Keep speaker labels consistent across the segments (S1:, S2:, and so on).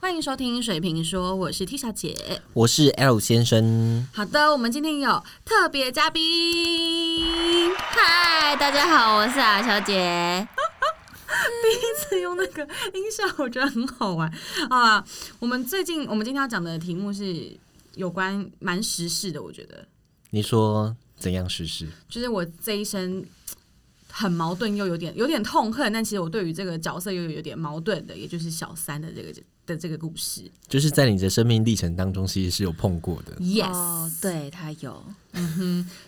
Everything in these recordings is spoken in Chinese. S1: 欢迎收听《水瓶说》，我是 T 小姐。
S2: 我是 L 先生，
S1: 好的，我们今天有特别嘉宾，
S3: 嗨，大家好，我是阿小姐。
S1: 是用那个音效，我觉得很好玩啊。我们最近，我们今天要讲的题目是有关蛮时事的，我觉得
S2: 你说怎样实施？
S1: 就是我这一生。很矛盾又有点有点痛恨，但其实我对于这个角色又有点矛盾的，也就是小三的这个的这个故事。
S2: 就是在你的生命历程当中，其实是有碰过的。
S1: Yes，、
S3: 哦对他有，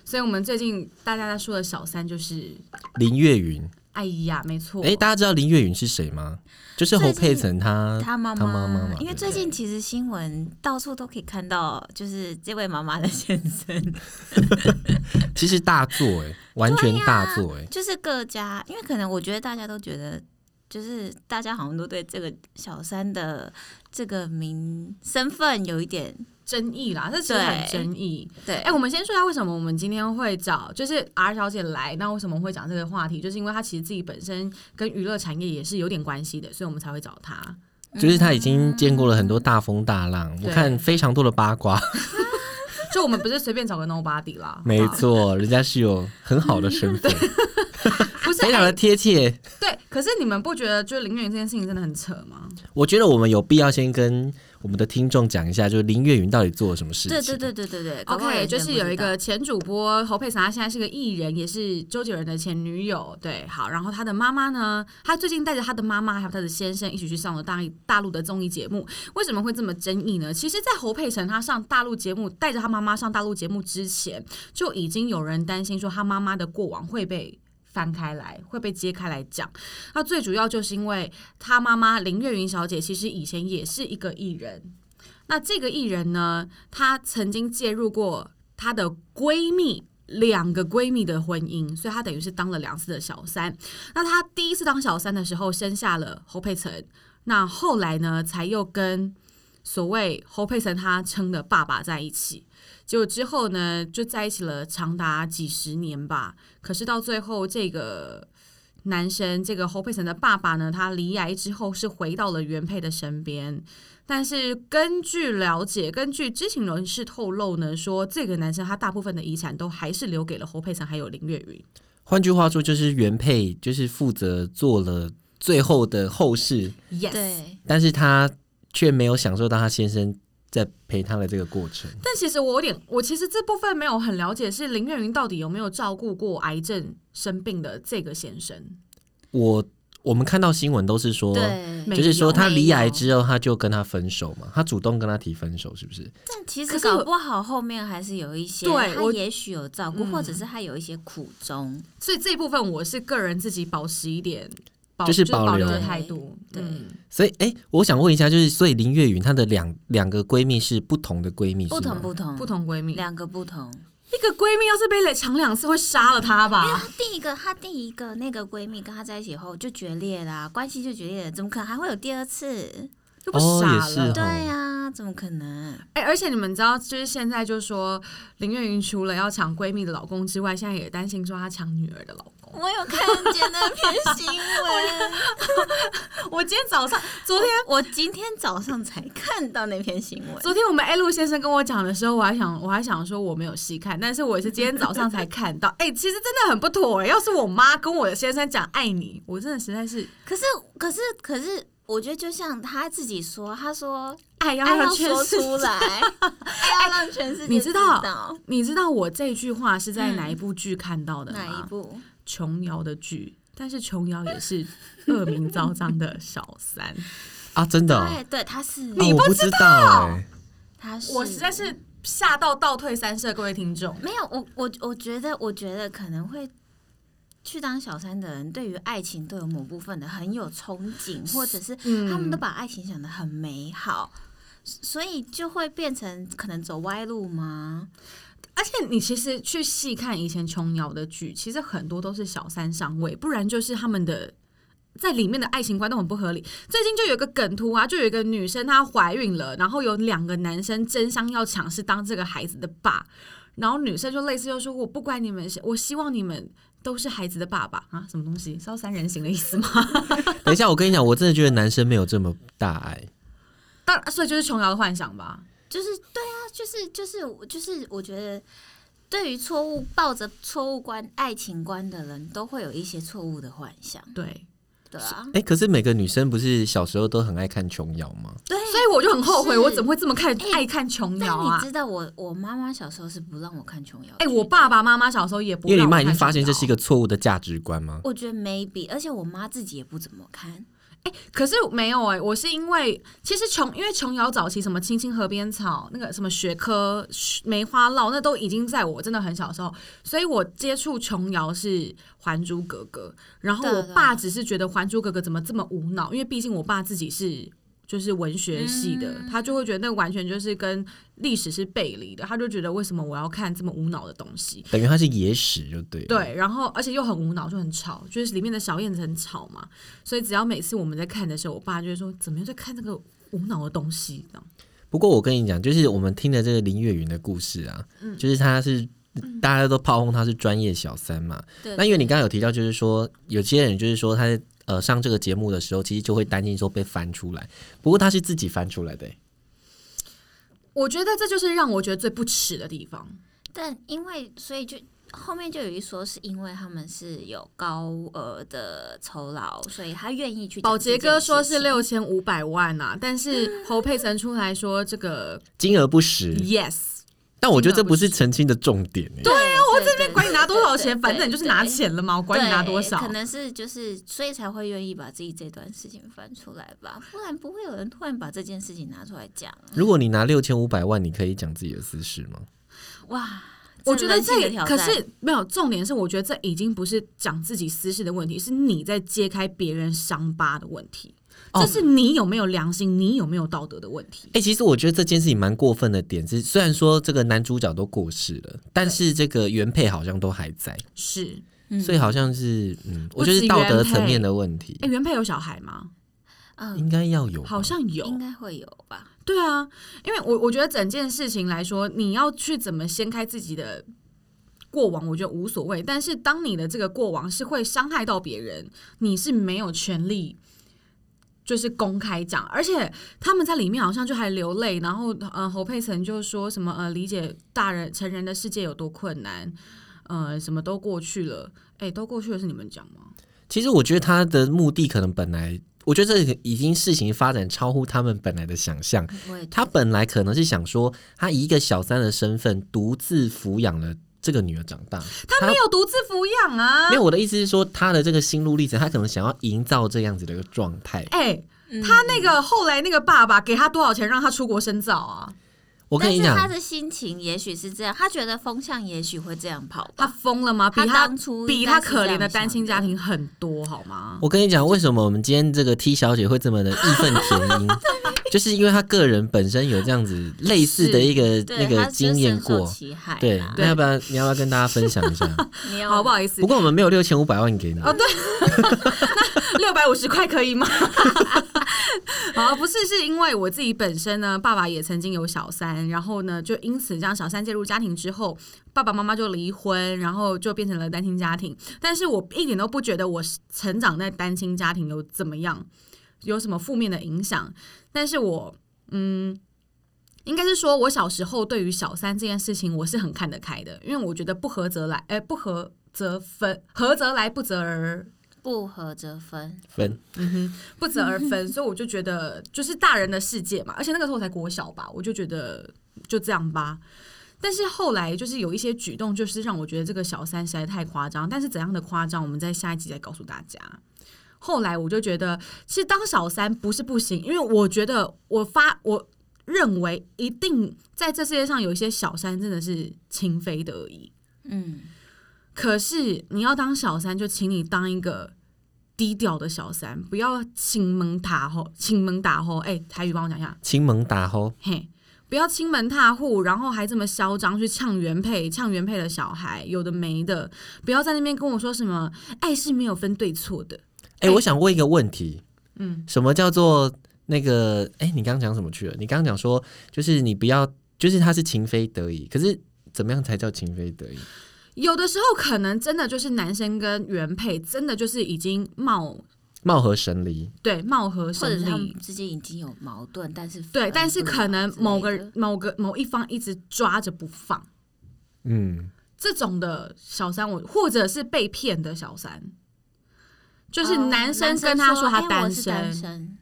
S1: 所以我们最近大家在说的小三就是，
S2: 林月云，
S1: 哎呀，没错，
S2: 哎、大家知道林月云是谁吗？就是侯佩岑她
S3: 他妈
S2: 她妈妈嘛
S3: 因为
S2: 对
S3: 最近其实新闻到处都可以看到，就是这位妈妈的现身，
S2: 其实大作哎、完全大作哎、
S3: 就是各家，因为可能我觉得大家都觉得，就是大家好像都对这个小三的这个名身份有一点
S1: 争议啦，这其实很
S3: 对
S1: 争议。
S3: 对，
S1: 哎、我们先说一下为什么我们今天会找就是 R 小姐来，那为什么会讲这个话题？就是因为她其实自己本身跟娱乐产业也是有点关系的，所以我们才会找 她。
S2: 就是她已经见过了很多大风大浪，
S3: 嗯
S1: 对
S2: 我看非常多的八卦。
S1: 就我们不是随便找个 nobody 啦，
S2: 没
S1: 好吧，
S2: 错，人家是有很好的身 份，
S1: 不是
S2: 非常
S1: 哎
S2: 的贴切。
S1: 对。可是你们不觉得就是林月云这件事情真的很扯吗？
S2: 我觉得我们有必要先跟我们的听众讲一下，就是林月云到底做了什么事情。
S3: 对对对对对对
S1: OK，就是哦有一，
S3: 搞不好人家不知道
S1: 个前主播侯佩岑，她现在是个艺人，也是周杰伦的前女友。对，好，然后她的妈妈呢，她最近带着她的妈妈还有她的先生一起去上了大大陆的综艺节目。为什么会这么争议呢？其实，在侯佩岑她上大陆节目，带着她妈妈上大陆节目之前，就已经有人担心说她妈妈的过往会被。翻开来会被揭开来讲，那最主要就是因为她妈妈林月云小姐其实以前也是一个艺人，那这个艺人呢，她曾经介入过她的闺蜜。两个闺蜜的婚姻，所以她等于是当了两次的小三。那她第一次当小三的时候，生下了侯佩岑。那后来呢，才又跟所谓侯佩岑她称的爸爸在一起。结果之后呢，就在一起了长达几十年吧。可是到最后，这个男生，这个侯佩岑的爸爸呢，他离癌之后是回到了原配的身边。但是根据了解，根据知情人士透露呢，说这个男生他大部分的遗产都还是留给了侯佩岑还有林月云。
S2: 换句话说，就是原配就是负责做了最后的后事，
S1: Yes，
S3: 对，
S2: 但是她却没有享受到她先生在陪她的这个过程。
S1: 但其实我有点，我其实这部分没有很了解，是林月云到底有没有照顾过癌症生病的这个先生？
S2: 我我们看到新闻都是说，
S3: 对，
S1: 没
S2: 就是说
S1: 有
S2: 她
S3: 没
S2: 离癌
S3: 有
S2: 之后，她就跟她分手嘛，她主动跟她提分手，是不是？
S3: 但其
S1: 可
S3: 实
S1: 是我
S3: 搞不好后面还是有一些，
S1: 对
S3: 他
S1: 我
S3: 也许有照顾，
S1: 嗯
S3: 或者是他有一些苦衷。
S1: 所以这一部分我是个人自己保持一点，保
S2: 就是
S1: 保
S2: 保
S1: 留
S2: 留
S1: 的态度。
S3: 对
S1: 嗯
S2: 所以，哎、我想问一下，就是所以林月云她的两两个闺蜜是不同的闺蜜，
S3: 不
S2: 是吗
S3: 同不同
S1: 不，同闺蜜，
S3: 两个不同。
S1: 一个闺蜜要是被雷抢两次，会杀了她 吧？
S3: 第一个，她第一个那个闺蜜跟她在一起后就决裂啦，关系就决裂了，怎么可能还会有第二次？
S1: 又不
S2: 哦
S1: 傻
S2: 也是
S1: 了
S2: 哦。
S3: 对啊呀、怎么可能？
S1: 哎、而且你们知道，就是现在就说林月云除了要抢闺蜜的老公之外，现在也担心说她抢女儿的老公。
S3: 我有看见那篇新闻，
S1: 我今天早上，昨天，
S3: 我今天早上才看到那篇新闻。
S1: 昨天我们 A 路先生跟我讲的时候，我还想，我还想说我没有细看，但是我也是今天早上才看到。哎、其实真的很不妥、哎，要是我妈跟我的先生讲爱你，我真的实在是
S3: 可是，可是，可是，我觉得就像她自己说，她说
S1: 爱要
S3: 爱要
S1: 让全
S3: 说
S1: 世
S3: 出
S1: 界。
S3: 来，爱哎要让全世界
S1: 你知道
S3: 道
S1: 你知道我这句话是在哪一部剧看到的吗？
S3: 嗯哪一部？
S1: 琼瑶的剧，但是琼瑶也是恶名昭彰的小三。
S2: 啊，真的、哦，
S3: 对对，他是，
S2: 啊我不知道哎、
S3: 他是，
S1: 我实在是吓到倒退三舍，各位听众。
S3: 没有我我我觉得我觉得可能会去当小三的人，对于爱情都有某部分的很有憧憬，或者是
S1: 嗯
S3: 他们都把爱情想得很美好。所以就会变成可能走歪路吗？
S1: 而且你其实去细看以前琼瑶的剧，其实很多都是小三上位，不然就是他们的。在里面的爱情观都很不合理。最近就有一个梗图啊，就有一个女生她怀孕了，然后有两个男生争相要抢，是当这个孩子的爸。然后女生就类似就说：“我不管你们是，我希望你们都是孩子的爸爸啊，什么东西？是要三人行的意思吗？
S2: 欸等一下，我跟你讲，我真的觉得男生没有这么大爱。
S1: 当所以就是琼瑶的幻想吧。
S3: 就是对啊，就是就是我就是我觉得，对于错误抱着错误观爱情观的人，都会有一些错误的幻想，
S1: 对，
S3: 对啊，
S2: 哎、可是每个女生不是小时候都很爱看琼瑶吗？
S3: 对。
S1: 所以我就很后悔，
S3: 是
S1: 我怎么会这么看
S3: 哎
S1: 爱看琼
S3: 但
S1: 瑶
S3: 你
S1: 啊
S3: 知？道我，我妈妈小时候是不让我看琼瑶。
S1: 哎、我，爸爸妈妈小时候也不
S2: 因为
S1: 让我
S2: 你妈
S1: 看琼
S2: 已
S1: 瑶，
S2: 经发现这是一个错误的价值观吗？
S3: 我觉得 maybe，而且我妈自己也不怎么看。
S1: 可是没有哎、我是因为其实琼，因为琼瑶早期什么《青青河边草》那个什么学科梅花烙，那都已经在我真的很小的时候，所以我接触琼瑶是《还珠格格》，然后
S3: 对
S1: 我
S3: 对
S1: 爸只是觉得《还珠格格》怎么这么无脑，因为毕竟我爸自己是。就是文学系的，
S3: 嗯
S1: 他就会觉得那完全就是跟历史是背离的，他就觉得为什么我要看这么无脑的东西？
S2: 等于它是野史就对。，
S1: 对，然后而且又很无脑，就很吵，就是里面的小燕子很吵嘛，所以只要每次我们在看的时候，我爸就会说：“怎么又在看这个无脑的东西？”这样
S2: 不过我跟你讲，就是我们听的这个林月云的故事啊，就是她是。大家都炮轰她是专业小三嘛？
S3: 对，
S2: 那因为你刚刚有提到，就是说有些人就是说他在呃上这个节目的时候，其实就会担心说被翻出来。不过他是自己翻出来的、欸
S1: 我觉得这就是让我觉得最不耻的地方。
S3: 但因为所以就后面就有一说，是因为他们是有高额的酬劳，所以他愿意去讲
S1: 宝
S3: 这件
S1: 杰
S3: 事情。
S1: 哥说是六千五百万呐、但是侯佩岑出来说这个
S2: 金额不实。
S1: yes，
S2: 但我觉得这不是澄清的重点、欸。
S3: 对啊，我这边
S1: 管你拿多少钱，反正你就是拿钱了嘛，我管你拿多少
S3: 可。能是就是所以才会愿意把自己这段事情翻出来吧，不然不会有人突然把这件事情拿出来讲。啊
S2: 如果你拿六千五百万，你可以讲自己的私事吗？
S3: 哇，
S1: 我觉得
S3: 人性的
S1: 这
S3: 挑
S1: 可
S3: 战
S1: 是没有重点是，我觉得这已经不是讲自己私事的问题，是你在揭开别人伤疤的问题。
S2: 哦
S1: 这是你有没有良心，你有没有道德的问题
S2: 哎、。其实我觉得这件事情蛮过分的点是，虽然说这个男主角都过世了，但是这个原配好像都还在，
S1: 是，
S3: 嗯
S2: 所以好像是嗯，我觉
S1: 不止
S2: 得是道德
S1: 原配
S2: 层面的问题
S1: 哎、，原配有小孩吗？
S3: 嗯，
S2: 应该要有吧，
S1: 好像
S3: 应
S1: 有。
S3: 该会有吧。
S1: 对啊，因为我我觉得整件事情来说，你要去怎么掀开自己的过往，我觉得无所谓。但是当你的这个过往是会伤害到别人，你是没有权利。就是公开讲，而且他们在里面好像就还流泪，然后呃，侯佩岑就说什么呃，理解大人成人的世界有多困难，呃，什么都过去了，哎、都过去了是你们讲吗？
S2: 其实我觉得他的目的可能本来，我觉得这已经事情发展超乎他们本来的想象。
S3: 我也觉
S2: 他本来可能是想说，他以一个小三的身份独自抚养了这个女儿长大。
S3: 啊
S1: 他没有独自抚养啊，
S2: 没有，我的意思是说，他的这个心路历程，他可能想要营造这样子的一个状态。
S1: 哎、
S3: 嗯
S1: 他那个后来那个爸爸给他多少钱让他出国深造啊？
S2: 我跟
S3: 但
S2: 你
S3: 是他
S2: 讲，
S3: 的心情也许是这样，他觉得风向也许会这样跑
S1: 他
S3: 吧。
S1: 疯了吗？比他
S3: 当初
S1: 比
S3: 应该
S1: 他
S3: 是这
S1: 可
S3: 样
S1: 怜的单亲家
S3: 想的，
S1: 庭很多，好吗？
S2: 我跟你讲，为什么我们今天这个 T 小姐会这么的义愤 填膺， 就是因为她个人本身有这样子类似的一个
S3: 对
S2: 那个
S3: 他就
S2: 经验
S3: 深受
S2: 过。
S3: 其害
S2: 对
S3: 啦，
S2: 那要不要你要不要跟大家分享一 下？
S3: 你要
S1: 好不？好意思
S2: 不？过我们没有六千五百万给
S3: 哦
S2: 你，
S1: 六百五十块可以吗？ 好，不是，是因为我自己本身呢，爸爸也曾经有小三，然后呢，就因此让小三介入家庭之后，爸爸妈妈就离婚，然后就变成了单亲家庭。但是我一点都不觉得我成长在单亲家庭有怎么样，有什么负面的影响。但是我，嗯。应该是说，我小时候对于小三这件事情，我是很看得开的，因为我觉得不合则来，哎、不合则分，合则来，不则而
S3: 不合则分，
S2: 分
S1: 不择而分，所以我就觉得就是大人的世界嘛，而且那个时候我才国小吧，我就觉得就这样吧。但是后来就是有一些举动，就是让我觉得这个小三实在太夸张。但是怎样的夸张，我们在下一集再告诉大家。后来我就觉得，其实当小三不是不行，因为我觉得我发我认为一定在这世界上有一些小三真的是情非得已。
S3: 嗯，
S1: 可是你要当小三，就请你当一个低调的小三，不要亲门打吼，亲门打吼。哎、台语帮我讲一下，
S2: 亲蒙打吼。
S1: 嘿，不要亲门踏户，然后还这么嚣张去呛原配，呛原配的小孩，有的没的，不要在那边跟我说什么爱是没有分对错的。
S2: 哎、
S1: 哎
S2: 我想问一个问题，
S1: 嗯，
S2: 什么叫做那个？哎、你刚刚讲什么去了？你刚刚讲说，就是你不要，就是他是情非得已，可是怎么样才叫情非得已？
S1: 有的时候可能真的就是男生跟原配真的就是已经冒
S2: 貌合神离，
S1: 对，貌合
S3: 或者
S1: 神
S3: 是他们
S1: 离。
S3: 之间已经有矛盾，但是
S1: 对，
S3: 分
S1: 但是
S3: 不了
S1: 可能
S3: 之
S1: 某
S3: 类
S1: 个
S3: 的
S1: 某个某一方一直抓着不放，
S2: 嗯，
S1: 这种的小三我，或者是被骗的小三，就是
S3: 哦
S1: 男生跟他
S3: 他
S1: 说他
S3: 单
S1: 身，
S3: 哎单身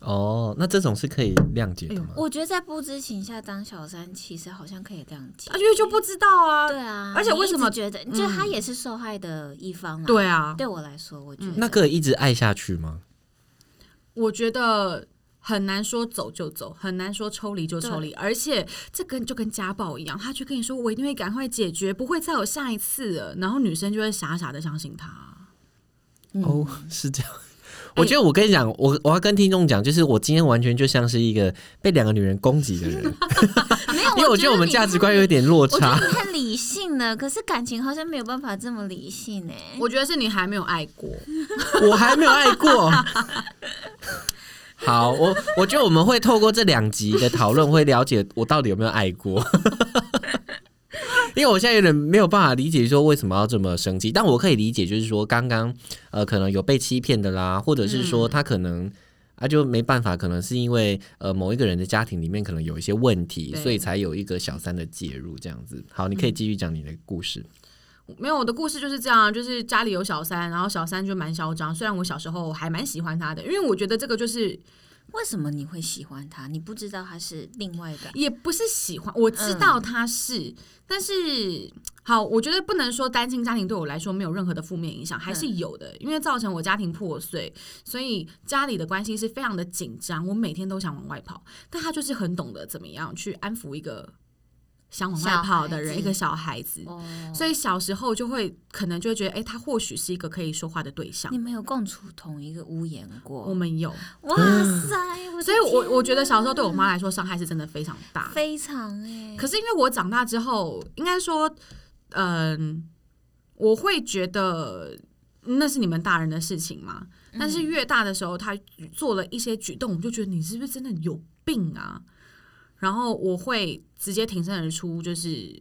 S2: 哦，那这种是可以谅解的吗？
S3: 我觉得在不知情下当小三，其实好像可以谅解
S1: 啊，。因为就不知道啊，
S3: 对啊，
S1: 而且
S3: 你
S1: 为
S3: 一
S1: 什
S3: 直
S1: 么
S3: 觉得就他
S1: 嗯
S3: 也是受害的一方啊？，
S1: 对啊，
S3: 对我来说，我觉得
S1: 嗯
S2: 那可以一直爱下去吗？
S1: 我觉得很难说走就走，很难说抽离就抽离，而且这跟就跟家暴一样，他就跟你说我一定会赶快解决，不会再有下一次了，然后女生就会傻傻的相信他。
S3: 嗯
S2: 哦，是这样。我觉得我跟你讲，我我要跟听众讲，就是我今天完全就像是一个被两个女人攻击的人，
S3: 没有，
S2: 因 为我觉得我们
S3: 你
S2: 价值观
S3: 太
S2: 有点落
S3: 我觉
S2: 差。
S3: 得你太理性了，可是感情好像没有办法这么理性哎、
S1: 我觉得是你还没有爱过，
S2: 我还没有爱过。 好，我我觉得我们会透过这两集的讨论，会了解我到底有没有爱过。 因为我现在有点没有办法理解，说为什么要这么生气。但我可以理解，就是说刚刚呃，可能有被欺骗的啦，或者是说他可能、啊就没办法，可能是因为呃某一个人的家庭里面可能有一些问题，
S1: 对
S2: 所以才有一个小三的介入这样子。好，你可以继续讲你的故事。
S1: 没有我的故事就是这样，就是家里有小三，然后小三就蛮嚣张，虽然我小时候还蛮喜欢他的，因为我觉得这个就是
S3: 为什么你会喜欢他？你不知道他是另外一个
S1: 也不是喜欢，我知
S3: 嗯
S1: 道他是，但是好，我觉得不能说单亲家庭对我来说没有任何的负面影
S3: 嗯
S1: 响，还是有的，因为造成我家庭破碎，所以家里的关系是非常的紧张，我每天都想往外跑，但他就是很懂得怎么样去安抚一个想往外跑的
S3: 小
S1: 人，
S3: 孩子
S1: 一个小孩子。
S3: 哦，
S1: 所以小时候就会可能就会觉得，哎、他或许是一个可以说话的对象
S3: 你。们有共处同一个屋檐
S1: 我
S3: 过？
S1: 们有，
S3: 哇塞！我的
S1: 所以我
S3: 天
S1: 我觉得小时候对我
S3: 哪
S1: 妈来说伤害是真的非常大，
S3: 非常哎、
S1: 可是因为我长大之后，应该说，嗯，我会觉得那是你们大人的事情嘛。但是越大的时候，他做了一些举动，我就觉得你是不是真的有病啊？然后我会直接挺身而出，就是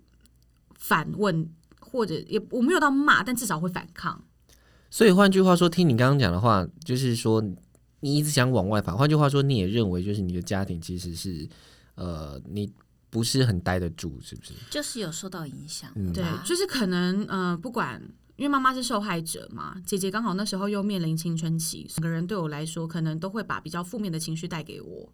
S1: 反问，或者也我没有到骂，但至少会反抗。
S2: 所以换句话说，听你刚刚讲的话，就是说你一直想往外跑。换句话说，你也认为就是你的家庭其实是呃，你不是很待得住，是不是？
S3: 就是有受到影响，
S2: 嗯
S1: 对
S3: 吧，
S1: 就是可能呃，不管，因为妈妈是受害者嘛，姐姐刚好那时候又面临青春期，两个人对我来说，可能都会把比较负面的情绪带给我，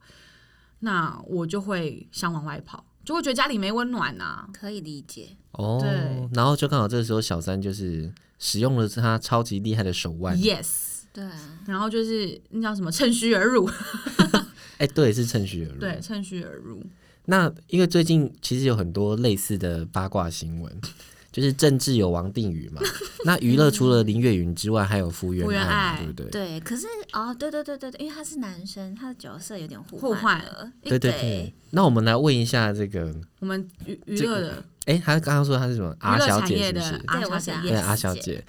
S1: 那我就会想往外跑，就会觉得家里没温暖啊。
S3: 可以理解。
S2: 哦
S1: 对，
S2: 然后就刚好这个时候，小三就是使用了他超级厉害的手腕。哎
S1: Yes，
S3: 对啊，
S1: 然后就是那叫什么，趁虚而入，
S2: 哎对，是趁虚而入。
S1: 对，，趁虚而入。
S2: 那因为最近其实有很多类似的八卦新闻。 就是政治有王定宇嘛， 那娱乐除了林月云之外，还有福原
S1: 福原
S2: 爱
S1: 爱
S2: 嘛，对不对？
S3: 对。可是哦，对对对对对，因为他是男生，他的角色有点互
S1: 互换
S3: 了。
S2: 对对对
S3: 对。
S2: 那我们来问一下这个
S1: 我们娱娱
S2: 这
S1: 乐
S2: 个
S1: 的
S2: 哎、他刚刚说他是什么
S1: 娱
S2: R
S1: 乐
S2: 小
S1: 产
S2: 姐
S1: 业
S2: 是不
S1: 的
S2: 是？
S1: 阿
S3: 对
S1: 小
S3: 我
S1: 姐
S3: 想
S2: 对，
S3: 啊 yes，
S2: 阿小姐，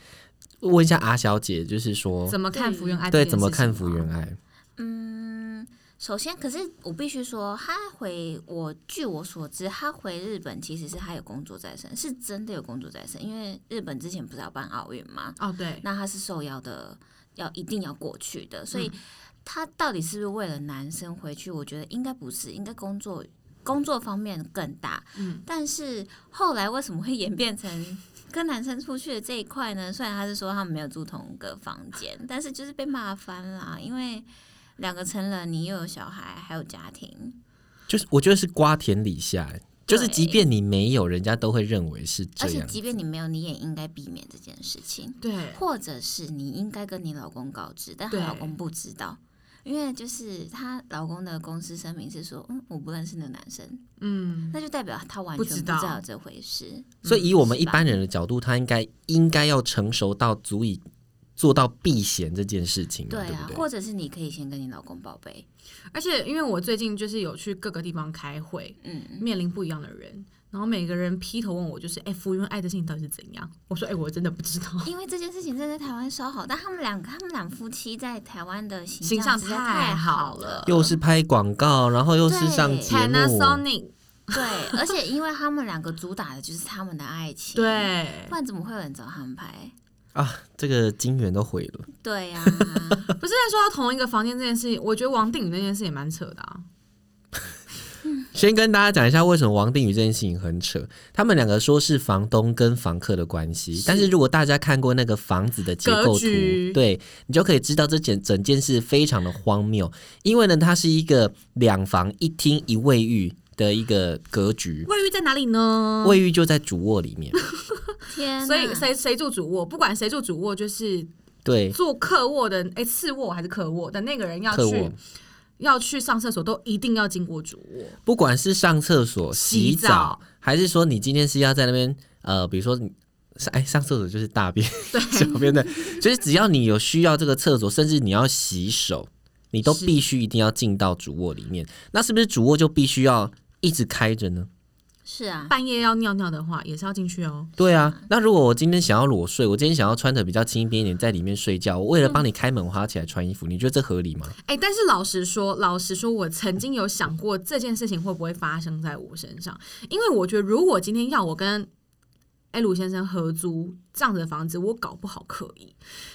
S2: 问一下阿小姐，就是说，
S1: 怎么看福原爱？
S2: 对怎么看
S3: 啊
S2: 福原？爱？
S3: 嗯，首先，可是我必须说，他回我，据我所知，他回日本其实是他有工作在身，是真的有工作在身，因为日本之前不是要办奥运吗？
S1: 哦，对，
S3: 那他是受邀的，要一定要过去的，所以
S2: 嗯
S3: 他到底是不是为了男生回去？我觉得应该不是，应该工作工作方面更大。
S1: 嗯，
S3: 但是后来为什么会演变成跟男生出去的这一块呢？虽然他是说他们没有住同个房间，但是就是被骂翻啦，因为两个成人，你又有小孩，还有家庭，
S2: 就是我觉得是瓜田李下，哎就是
S3: 对
S2: 即便你没有，人家都会认为是这
S3: 而且
S2: 样。
S3: 即便你没有，你也应该避免这件事情，
S1: 对，
S3: 或者是你应该跟你老公告知，但她
S1: 对
S3: 老公不知道。因为就是她老公的公司声明是说，嗯，我不认识那个男生，
S1: 嗯，
S3: 那就代表他完
S1: 不
S3: 全
S1: 知
S3: 不知
S1: 道
S3: 道这回事。
S2: 所以以我们一
S3: 嗯是吧
S2: 般人的角度，他应该应该要成熟到足以做到避嫌这件事情嘛，
S3: 对
S2: 对
S3: 啊，
S2: 不
S3: 或者是你可以先跟你老公报备，
S1: 而且因为我最近就是有去各个地方开会，
S3: 嗯，
S1: 面临不一样的人，然后每个人劈头问我就是，哎、福原爱的事情到底是怎样？我说，哎、我真的不知道。
S3: 因为这件事情真的在台湾烧好，但他们两个他们两夫妻在台湾的
S1: 形
S3: 形
S1: 象
S3: 象实在
S1: 太好
S3: 好
S1: 了
S2: 又是拍广告，然后又是
S3: 对
S2: 上节目，
S1: Panasonic，
S3: 对，而且因为他们两个主打的就是他们的爱情，，
S1: 对
S3: 不然怎么会有人找他们拍？
S2: 啊，这个金源都毁了。
S3: 对啊呀、
S1: 不是在说到同一个房间这件事情，我觉得王定宇那件事也蛮扯的啊。
S2: 先跟大家讲一下为什么王定宇这件事情很扯。他们两个说是房东跟房客的关系，但是如果大家看过那个房子的结构
S1: 格
S2: 图
S1: 局，
S2: 对你就可以知道这整整件事非常的荒谬。因为呢，它是一个两房一厅一卫浴的一个格局，
S1: 卫浴在哪里呢？
S2: 卫浴就在主卧里面。
S3: 天哪，
S1: 所以谁谁住主卧，不管谁住主卧，就是
S2: 对，
S1: 住客卧的，哎、次卧还是客卧的那个人要
S2: 客
S1: 去
S2: 卧
S1: 要去上厕所，都一定要经过主卧。
S2: 不管是上厕所、
S1: 洗
S2: 洗澡，
S1: 澡
S2: 还是说你今天是要在那边呃，比如说你上哎上厕所就是大便， 小便的，就是只要你有需要这个厕所，甚至你要洗手，你都
S1: 是
S2: 必须一定要进到主卧里面。那是不是主卧就必须要一直开着呢？
S3: 是啊，
S1: 半夜要尿尿的话，也是要进去哦。
S2: 对啊，那如果我今天想要裸睡，我今天想要穿的比较轻便一点，在里面睡觉，我为了帮你开门，我还要起来穿衣服，你觉得这合理吗？
S1: 哎、但是老实说，老实说，我曾经有想过这件事情会不会发生在我身上，因为我觉得如果今天要我跟哎鲁先生合租这样子的房子，我搞不好可以。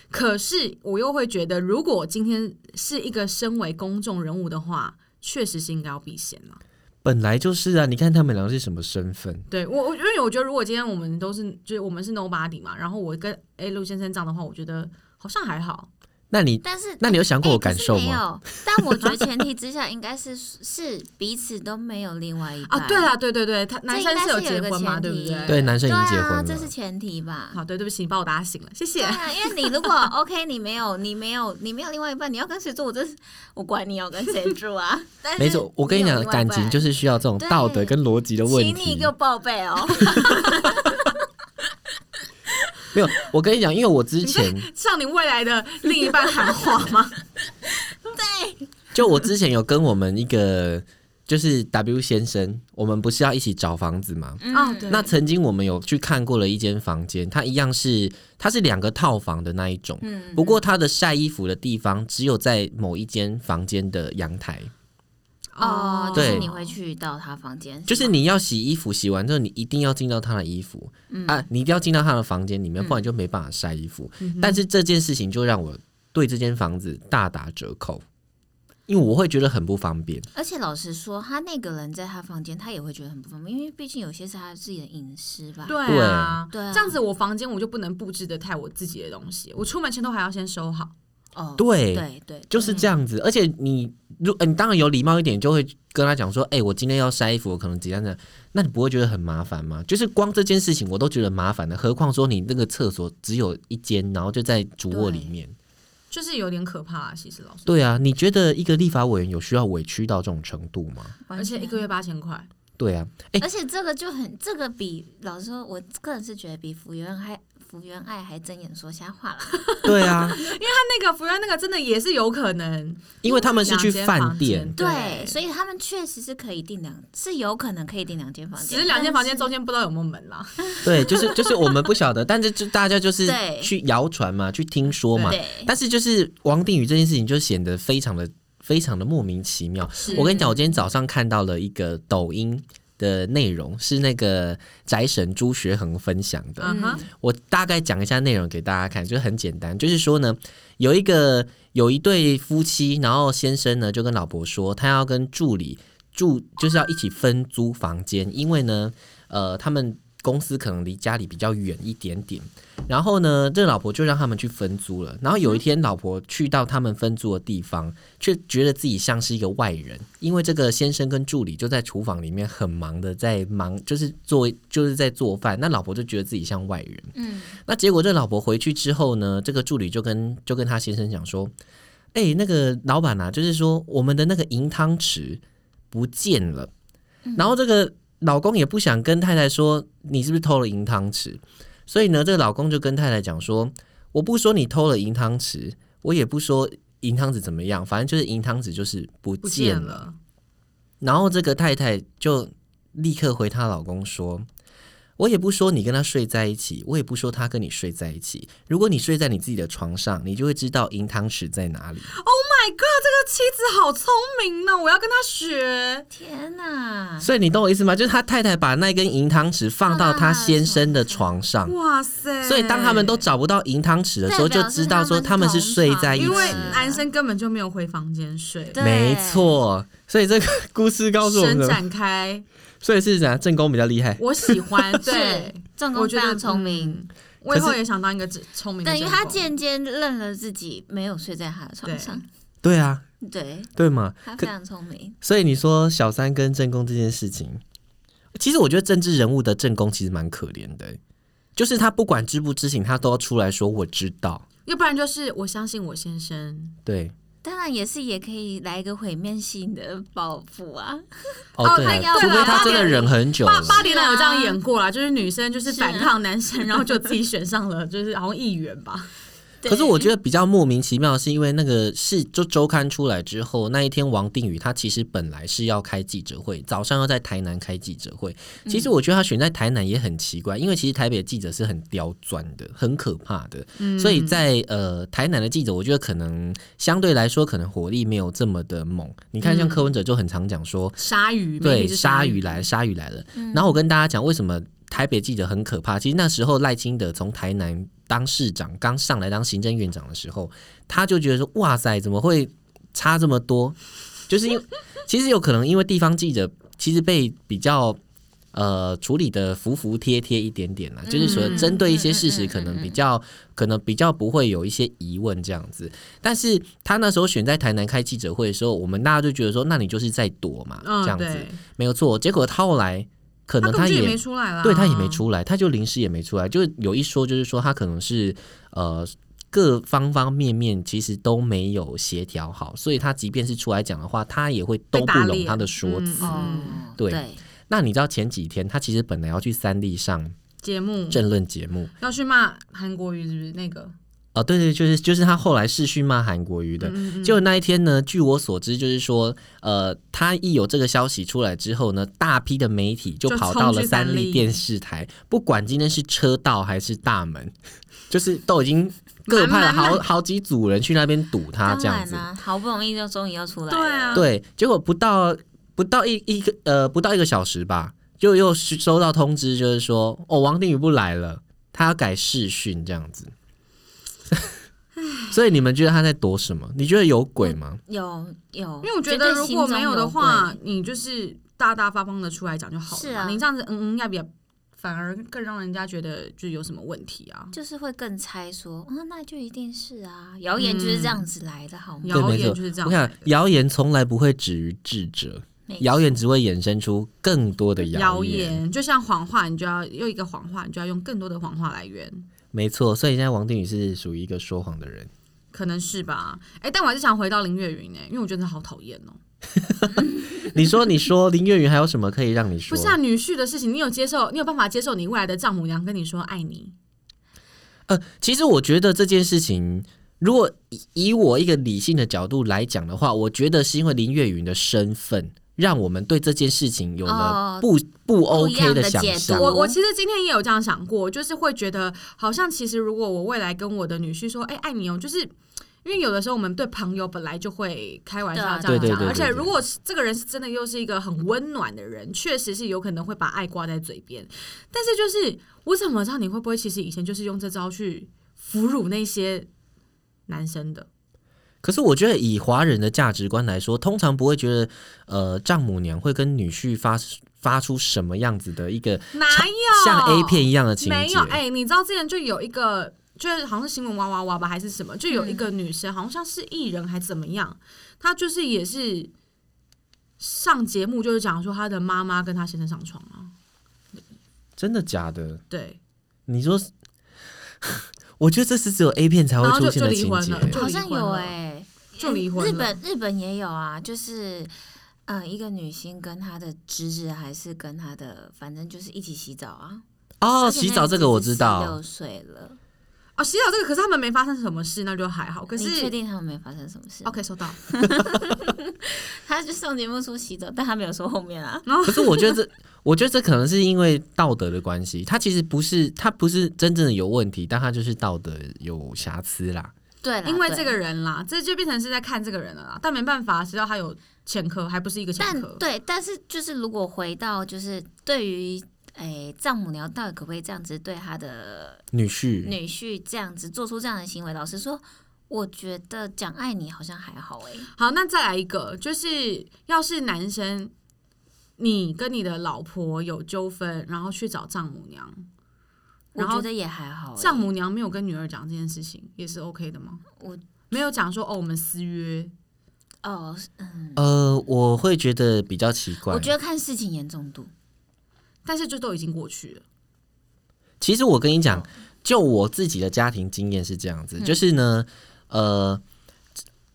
S1: 可是我又会觉得，如果今天是一个身为公众人物的话，确实是应该要避嫌了。
S2: 本来就是啊，你看他们两个是什么身份？
S1: 对我，我因为我觉得如果今天我们都是就是我们是 nobody 嘛，然后我跟哎陆先生这样的话，我觉得好像还好。
S2: 那你
S3: 但是
S2: 那你有想过我
S3: 哎可
S2: 感
S3: 是
S2: 受
S3: 没
S2: 吗？
S3: 有，但我觉得前提之下应该是是彼此都没有另外一半
S1: 啊，对啦，对对对，他男生是
S3: 这应该是有
S1: 结
S3: 一个
S1: 婚嘛，
S3: 前
S1: 对不
S3: 提
S1: 对？
S2: 对，男生
S3: 对
S2: 已经结
S3: 啊，
S2: 婚
S3: 这
S2: 了
S3: 是。前提吧。
S1: 好，对，对不起，你把我打醒了，谢谢
S3: 对。 啊，因为你如果 OK，你没有，你没有，你没有另外一半，你要跟谁住？我这是我管你要跟谁住 啊！但是
S2: 没错，我跟你讲，感情就是是需要这种
S3: 对
S2: 道德跟逻辑的问
S3: 请你
S2: 题
S3: 给。我报备哦。
S2: 没有，我跟你讲，因为我之前
S1: 向你未来的另一半喊话吗？
S2: 就我之前有跟我们一个就是 W 先生，我们不是要一起找房子吗？
S3: 嗯
S1: 哦对
S2: 那曾经我们有去看过了一间房间，它一样是它是两个套房的那一种，
S3: 嗯
S2: 不过它的晒衣服的地方只有在某一间房间的阳台，
S3: 哦，就
S2: 对
S3: 是你会去到他房间吗，
S2: 就是你要洗衣服，洗完之后你一定要进到他的衣服、啊，你一定要进到他的房间里面，不然就没办法晒衣服。但是这件事情就让我对这间房子大打折扣，因为我会觉得很不方便。
S3: 而且老实说，他那个人在他房间，他也会觉得很不方便，因为毕竟有些是他自己的隐私吧。
S1: 对啊，
S3: 对啊
S1: 这样子我房间我就不能布置的太我自己的东西，我出门前都还要先收好。
S3: 哦，
S2: 对
S3: 对对，
S2: 就是这样子，而且你如、呃、你当然有礼貌一点，就会跟他讲说，哎、我今天要晒衣服，我可能几点的，那你不会觉得很麻烦吗？就是光这件事情我都觉得麻烦了，何况说你那个厕所只有一间，然后就在主卧里
S3: 对
S2: 面。
S1: 就是有点可怕、啊，其实老师，
S2: 对啊，你觉得一个立法委员有需要委屈到这种程度吗？
S3: 完
S1: 而且
S3: 全
S1: 一个月八千块，
S2: 对啊，哎、
S3: 而且这个就很，这个比老实说，我个人是觉得比福原还福原爱还睁眼说瞎话了。
S2: 对啊，
S1: 他那个服务员那个真的也是有可能，
S2: 因为他们是去
S1: 两
S2: 饭
S1: 间房
S2: 店
S1: 间，
S3: 对，所以他们确实是可以订两，是有可能可以订两间房间，
S1: 只是两间房间
S3: 但
S1: 中间不知道有没有门啦。
S2: 对，就是就是我们不晓得，但是就大家就是
S3: 对
S2: 去谣传嘛，去听说嘛
S3: 是，对，
S2: 但是就是王定宇这件事情就显得非常的非常的莫名其妙。我跟你讲，我今天早上看到了一个抖音的内容，是那个宅神朱学恒分享的，
S1: 嗯哼，
S2: 我大概讲一下内容给大家看，就是很简单，就是说呢，有一个有一对夫妻，然后先生呢就跟老婆说，他要跟助理住，就是要一起分租房间，因为呢，呃，他们公司可能离家里比较远一点点。然后呢，这老婆就让他们去分租了。然后有一天，老婆去到他们分租的地方，却觉得自己像是一个外人，因为这个先生跟助理就在厨房里面很忙的在忙，就是做就是在做饭。那老婆就觉得自己像外人。
S3: 嗯，
S2: 那结果这老婆回去之后呢，这个助理就跟就跟他先生讲说：“哎、那个老板啊，就是说我们的那个银汤匙不见了。
S1: 嗯
S2: 然后这个老公也不想跟太太说你是不是偷了银汤匙，所以呢，这个老公就跟太太讲说：“我不说你偷了银汤匙，我也不说银汤匙怎么样，反正就是银汤匙就是不
S1: 不
S2: 见
S1: 见
S2: 了。
S1: 了，
S2: 然后这个太太就立刻回她老公说：“我也不说你跟他睡在一起，我也不说他跟你睡在一起。如果你睡在你自己的床上，你就会知道银汤匙在哪里。
S1: Oh My God，这个妻子好聪明呢、我要跟她学。
S3: 天哪！
S2: 所以你懂我意思吗？就是他太太把那根银汤匙放到他先生的床上，
S1: 哇塞！
S2: 所以当他们都找不到银汤匙的时候，
S3: 代表
S2: 就是知道说他们是睡在一
S1: 因
S2: 起。
S1: 为男生根本就没有回房间睡，
S3: 对
S2: 没错，所以这个故事告诉我们
S1: 伸
S2: 什么，
S1: 展开，
S2: 所以是怎样正宫比较厉害。
S1: 我喜 欢。
S3: 是
S1: 对，
S3: 正
S1: 我
S3: 宫非
S1: 觉得
S3: 常聪明，
S1: 嗯我以后
S2: 可是
S1: 也想当一个智聪明的
S3: 等
S1: 正
S3: 于
S1: 宫。
S3: 他渐渐认了自己没有睡在他的床
S1: 对
S3: 上，
S2: 对啊，
S3: 对
S2: 对嘛。
S3: 他
S2: 可
S3: 非常聪明。
S2: 所以你说小三跟正宫这件事情，其实我觉得政治人物的正宫其实蛮可怜的、欸就是他不管知不知情，他都要出来说我知道。
S1: 要不然就是我相信我先生。
S2: 对，
S3: 当然也是，也可以来一个毁灭性的报复啊！
S2: 哦
S1: 哦
S2: 对
S3: 他
S2: 啊，
S3: 要
S2: 除非他
S3: 八
S2: 真的
S3: 点
S2: 忍很久
S1: 巴
S2: 了。
S1: 巴迪娜有这样
S3: 是啊
S1: 演过啦，就是女生就是
S3: 是啊
S1: 反抗男生，然后就自己选上了，就是好像议员吧。
S3: 对
S2: 可是我觉得比较莫名其妙，是因为那个是就周刊出来之后，那一天王定宇他其实本来是要开记者会，早上要在台南开记者会。其实我觉得他选在台南也很奇怪，因为其实台北的记者是很刁钻的，很可怕的。所以在呃台南的记者，我觉得可能相对来说可能火力没有这么的猛。你看，像柯文哲就很常讲说，
S1: 鲨鱼，每
S2: 对，
S1: 一只
S2: 鲨鱼
S1: 鱼
S2: 来了，鲨鱼来了。
S3: 嗯
S2: 然后我跟大家讲，为什么台北记者很可怕？其实那时候赖清德从台南当市长，刚上来当行政院长的时候，他就觉得说：“哇塞，怎么会差这么多？”就是因为 其实有可能因为地方记者其实被比较。呃，处理的服服帖帖一点点啦，就是说
S1: 嗯
S2: 针对一些事
S3: 嗯嗯
S2: 实，
S3: 嗯
S2: 可能
S3: 嗯
S2: 比较、可能比较不会有一些疑问这样子。但是他那时候选在台南开记者会的时候，我们大家就觉得说，那你就是在躲嘛，
S1: 嗯，
S3: 哦
S2: 这样子。
S1: 对
S2: 没有错。结果他后来可能
S1: 他根本就
S2: 也
S1: 没出来啦，啊
S2: 对他也没。出来，他就临时也没出来，就有一说就是说他可能是呃各方方面面其实都没有协调好，所以他即便是出来讲的话，他也会
S1: 被
S2: 都不
S1: 打
S2: 拢
S1: 脸
S2: 他的说辞。
S1: 嗯
S3: 哦，
S2: 对
S3: 对，
S2: 那你知道前几天他其实本来要去三立上
S1: 节目
S2: 政论节目。
S1: 要去骂韩国瑜，是不是那个？
S2: 哦，对对，就是就是他后来是去骂韩国瑜的，
S1: 嗯嗯嗯
S2: 结果那一天呢，据我所知，就是说，呃，他一有这个消息出来之后呢，大批的媒体就
S1: 就
S2: 跑到
S1: 冲
S2: 了
S1: 去
S2: 三
S1: 三
S2: 立
S1: 立
S2: 电视台，不管今天是车道还是大门， 就是都已经各
S1: 满
S2: 派了
S1: 满
S2: 好
S1: 满
S2: 好几组人去那边堵他
S3: 当
S2: 这样
S3: 然
S2: 子。
S3: 啦，好不容易就终于要出来了，
S1: 对啊
S2: 对，结果不到不到一一个呃不到一个小时吧，就又是收到通知，就是说，哦，王定宇不来了，他要改视讯这样子。 所以你们觉得他在躲什么？你觉得有鬼吗？
S3: 有有，
S1: 因为我觉
S3: 绝
S1: 得
S3: 对
S1: 如
S3: 心
S1: 果
S3: 中
S1: 没
S3: 有
S1: 的话
S3: 鬼，，
S1: 你就是大大方方的出来讲就好了嘛。
S3: 是啊
S1: 你这样子嗯嗯呀比呀，反而更让人家觉得就有什么问题啊。
S3: 就是会更猜说，啊，那就一定是啊，谣
S1: 嗯
S3: 言就是这样子来的，好吗？
S1: 谣
S2: 没
S1: 言
S2: 错
S1: 就是这样
S2: 我看谣言从来不会止于智者，
S3: 没
S2: 谣言只会衍生出更多的言。
S1: 谣言就像谎话，你就要用一个谎话，你就要用更多的谎话来源，
S2: 没错，所以现在王定宇是属于一个说谎的人。
S1: 可能是吧。哎，但我还是想回到林月云呢、因为我觉得她好讨厌哦。
S2: 你说，你说林月云还有什么可以让你
S1: 不
S2: 说？
S1: 是啊，女婿的事情，你有接受，你有办法接受你未来的丈母娘跟你说爱你？
S2: 呃，其实我觉得这件事情，如果以以我一个理性的角度来讲的话，我觉得是因为林月云的身份，让我们对这件事情有了
S3: 哦
S2: 不、不
S3: 不一样
S2: OK
S3: 的
S2: 想
S3: 解读
S2: 象。
S1: 我我其实今天也有这样想过，就是会觉得好像其实如果我未来跟我的女婿说，哎、爱你哦，就是因为有的时候我们对朋友本来就会开玩笑这
S3: 对啊
S1: 样
S3: 对
S1: 讲，
S3: 对对
S1: 而且
S2: 对对
S1: 如果这个人是真的又是一个很温暖的人，确实是有可能会把爱挂在嘴边。但是就是我怎么知道你会不会其实以前就是用这招去俘虏那些男生的？
S2: 可是我觉得以华人的价值观来说，通常不会觉得呃丈母娘会跟女婿发发出什么样子的一个
S1: 哪有
S2: 像 A 片一样的情
S1: 没
S2: 节
S1: 有，。哎、你知道之前就有一个，就是好像是新闻哇哇哇吧，还是什么，就有
S3: 嗯
S1: 一个女生，好像是艺人还怎么样，她就是也是上节目，就是讲说她的妈妈跟她先生上床啊，
S2: 真的假的？
S1: 对，
S2: 你说， 我觉得这是只有 A 片才会
S1: 然后就
S2: 出现的
S1: 就离
S2: 情
S1: 婚
S2: 节
S1: 了。就
S3: 好
S1: 离
S3: 像
S1: 婚
S3: 有
S1: 了
S3: 哎，
S1: 就离婚了
S3: 日本日本也有啊，就是。呃，一个女星跟她的侄子还是跟她的，反正就是一起洗澡啊。
S2: 哦，
S3: 而且那
S2: 洗澡这个我知
S3: 六
S2: 道，
S3: 岁了，
S1: 哦，洗澡这个可是他们没发生什么事，那就还好。可
S3: 你确
S1: 是哦
S3: 定他们没发生什么事？
S1: OK 收到，
S3: 他就上节目说洗澡，但他没有说后面啊。
S1: 然后
S2: 可是我觉得这，我觉得这可能是因为道德的关系，他其实不是他不是真正的有问题，但他就是道德有瑕疵啦。
S3: 对啦，
S1: 因为
S3: 对
S1: 这个人啦，这就变成是在看这个人了啦。但没办法，谁知道他有前科，还不是一个前
S3: 但
S1: 科。
S3: 对，但是就是如果回到就是对于诶丈母娘到底可不可以这样子对她的
S2: 女
S1: 嗯
S2: 婿，
S3: 女婿这样子做出这样的行为，老实说，我觉得讲爱你好像还好诶、
S1: 好，那再来一个，就是要是男生，你跟你的老婆有纠纷，然后去找丈母娘，
S3: 我
S1: 然后
S3: 觉得也还
S2: 哦
S3: 好、欸。
S1: 丈母娘没有跟女儿讲这件事情，也是 OK 的吗？
S3: 我
S1: 没有讲说哦，我们私约
S3: 哦，是嗯，
S2: 呃，我会觉得比较奇怪。
S3: 我觉得看事情严重度，
S1: 但是就都已经过去了。
S2: 其实我跟你讲，
S1: 嗯
S2: 就我自己的家庭经验是这样子，就是呢，呃，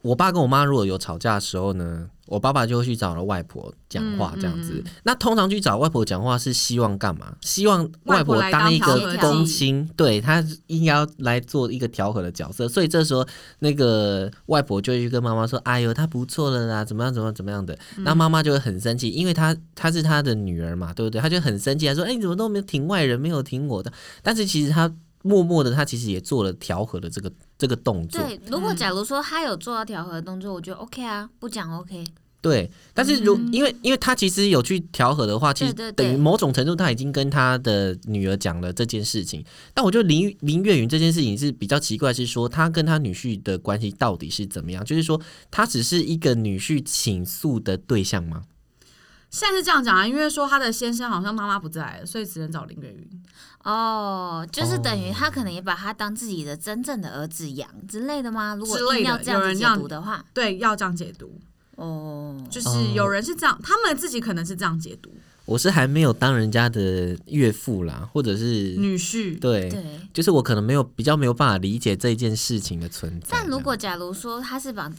S2: 我爸跟我妈如果有吵架的时候呢，我爸爸就会去找了外婆讲话
S1: 嗯
S2: 这样子。那通常去找外婆讲话是希望干嘛？希望外
S1: 外婆
S2: 婆
S1: 来当
S2: 一
S1: 调
S3: 和
S2: 个
S3: 剂
S2: 公亲，对她应该要来做一个调和的角色。所以这时候那个外婆就会去跟妈妈说：“哎呦，她不错了啦，怎么样，怎么样，怎么样的。”
S1: 嗯
S2: 那妈妈就会很生气，因为她她是她的女儿嘛，对不对？她就很生气，她说：“哎，你怎么都没有挺外人，没有挺我的？”但是其实她默默的，她其实也做了调和的这个这个动作。
S3: 对。如
S1: 嗯
S3: 果假如说他有做到调和的动作，我觉得 OK 啊，不讲 OK。
S2: 对，但是如、因为因为他其实有去调和的话，其实
S3: 嗯对对对
S2: 等于某种程度他已经跟他的女儿讲了这件事情。但我觉得林林月云这件事情是比较奇怪，是说他跟他女婿的关系到底是怎么样？就是说他只是一个女婿倾诉的对象吗？
S1: 现在是这样讲啊，因为说他的先生好像妈妈不在了，所以只能找林月云。
S3: 哦，就是
S2: 哦
S3: 等于他可能也把他当自己的真正的儿子养之类的吗？如果
S1: 之类的
S3: 硬要这样
S1: 有
S3: 子
S1: 人
S3: 解
S1: 让
S3: 读的话，
S1: 对，要这样解读，
S3: 哦，
S1: 就是有人是这样，他们自己可能是这样解读，
S2: 我是还没有当人家的岳父啦，或者是
S1: 女婿
S2: 嗯对，
S3: 对。
S2: 就是我可能没有比较没有办法理解这件事情的存在。
S3: 但如果假如说他是把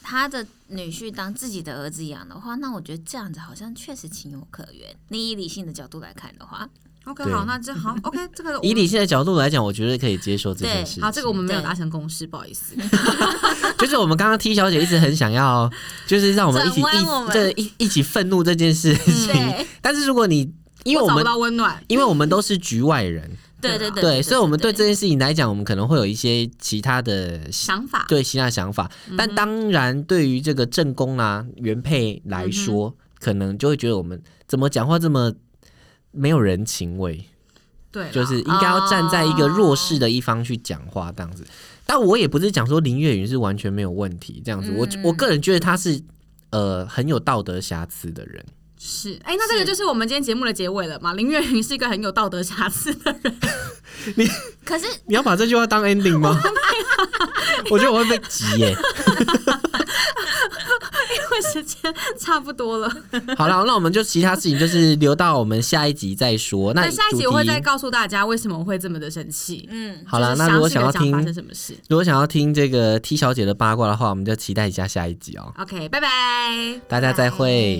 S3: 他的女婿当自己的儿子养的话，那我觉得这样子好像确实情有可原。你以理性的角度来看的话，
S1: OK，
S2: 对
S1: 好，那这好 OK，这个我们
S2: 以理性的角度来讲，我觉得可以接受这件
S3: 对
S2: 事情。
S1: 好，这个我们没有
S3: 对
S1: 达成共识，不好意思。
S2: 就是我们刚刚 T 小姐一直很想要，就是让我们一起
S3: 转弯
S2: 一
S3: 我们嗯
S2: 这一一起愤怒这件事情。
S3: 对
S2: 但是如果你因为我
S1: 找不
S2: 们
S1: 到温暖，
S2: 因为我们都是局外人，
S3: 对
S1: 对
S3: 对
S1: 啊
S3: 对，
S2: 对，所以我们对这件事情来讲，我们可能会有一些其他的
S1: 想法
S2: 对其他的想法。但当然，对于这个正宫啊、原配来说，可能就会觉得我们怎么讲话这么没有人情味。
S1: 对啦，
S2: 就是应该要站在一
S1: 啊
S2: 个弱势的一方去讲话这样子。但我也不是讲说林月云是完全没有问题这样子，我
S3: 嗯
S2: 我个人觉得她是呃很有道德瑕疵的人。
S1: 是哎，那这个
S3: 是
S1: 就是我们今天节目的结尾了嘛？林月云是一个很有道德瑕疵的人，
S3: 可是
S2: 你要把这句话当 ending 吗？我觉得我会被急耶、
S1: 因为时间差不多了。
S2: 好了，那我们就其他事情就是留到我们下一集再说。那
S1: 那下一
S2: 主
S1: 集我会
S2: 题
S1: 再告诉大家为什么我会这么的生气。
S3: 嗯，
S2: 好啦
S1: 就是
S2: 那如果想要
S1: 详细地讲发
S2: 听
S1: 生什么事
S2: 如果想要听这个 T 小姐的八卦的话，我们就期待一下下一集哦。
S1: ，OK，拜拜。
S2: 大家再会。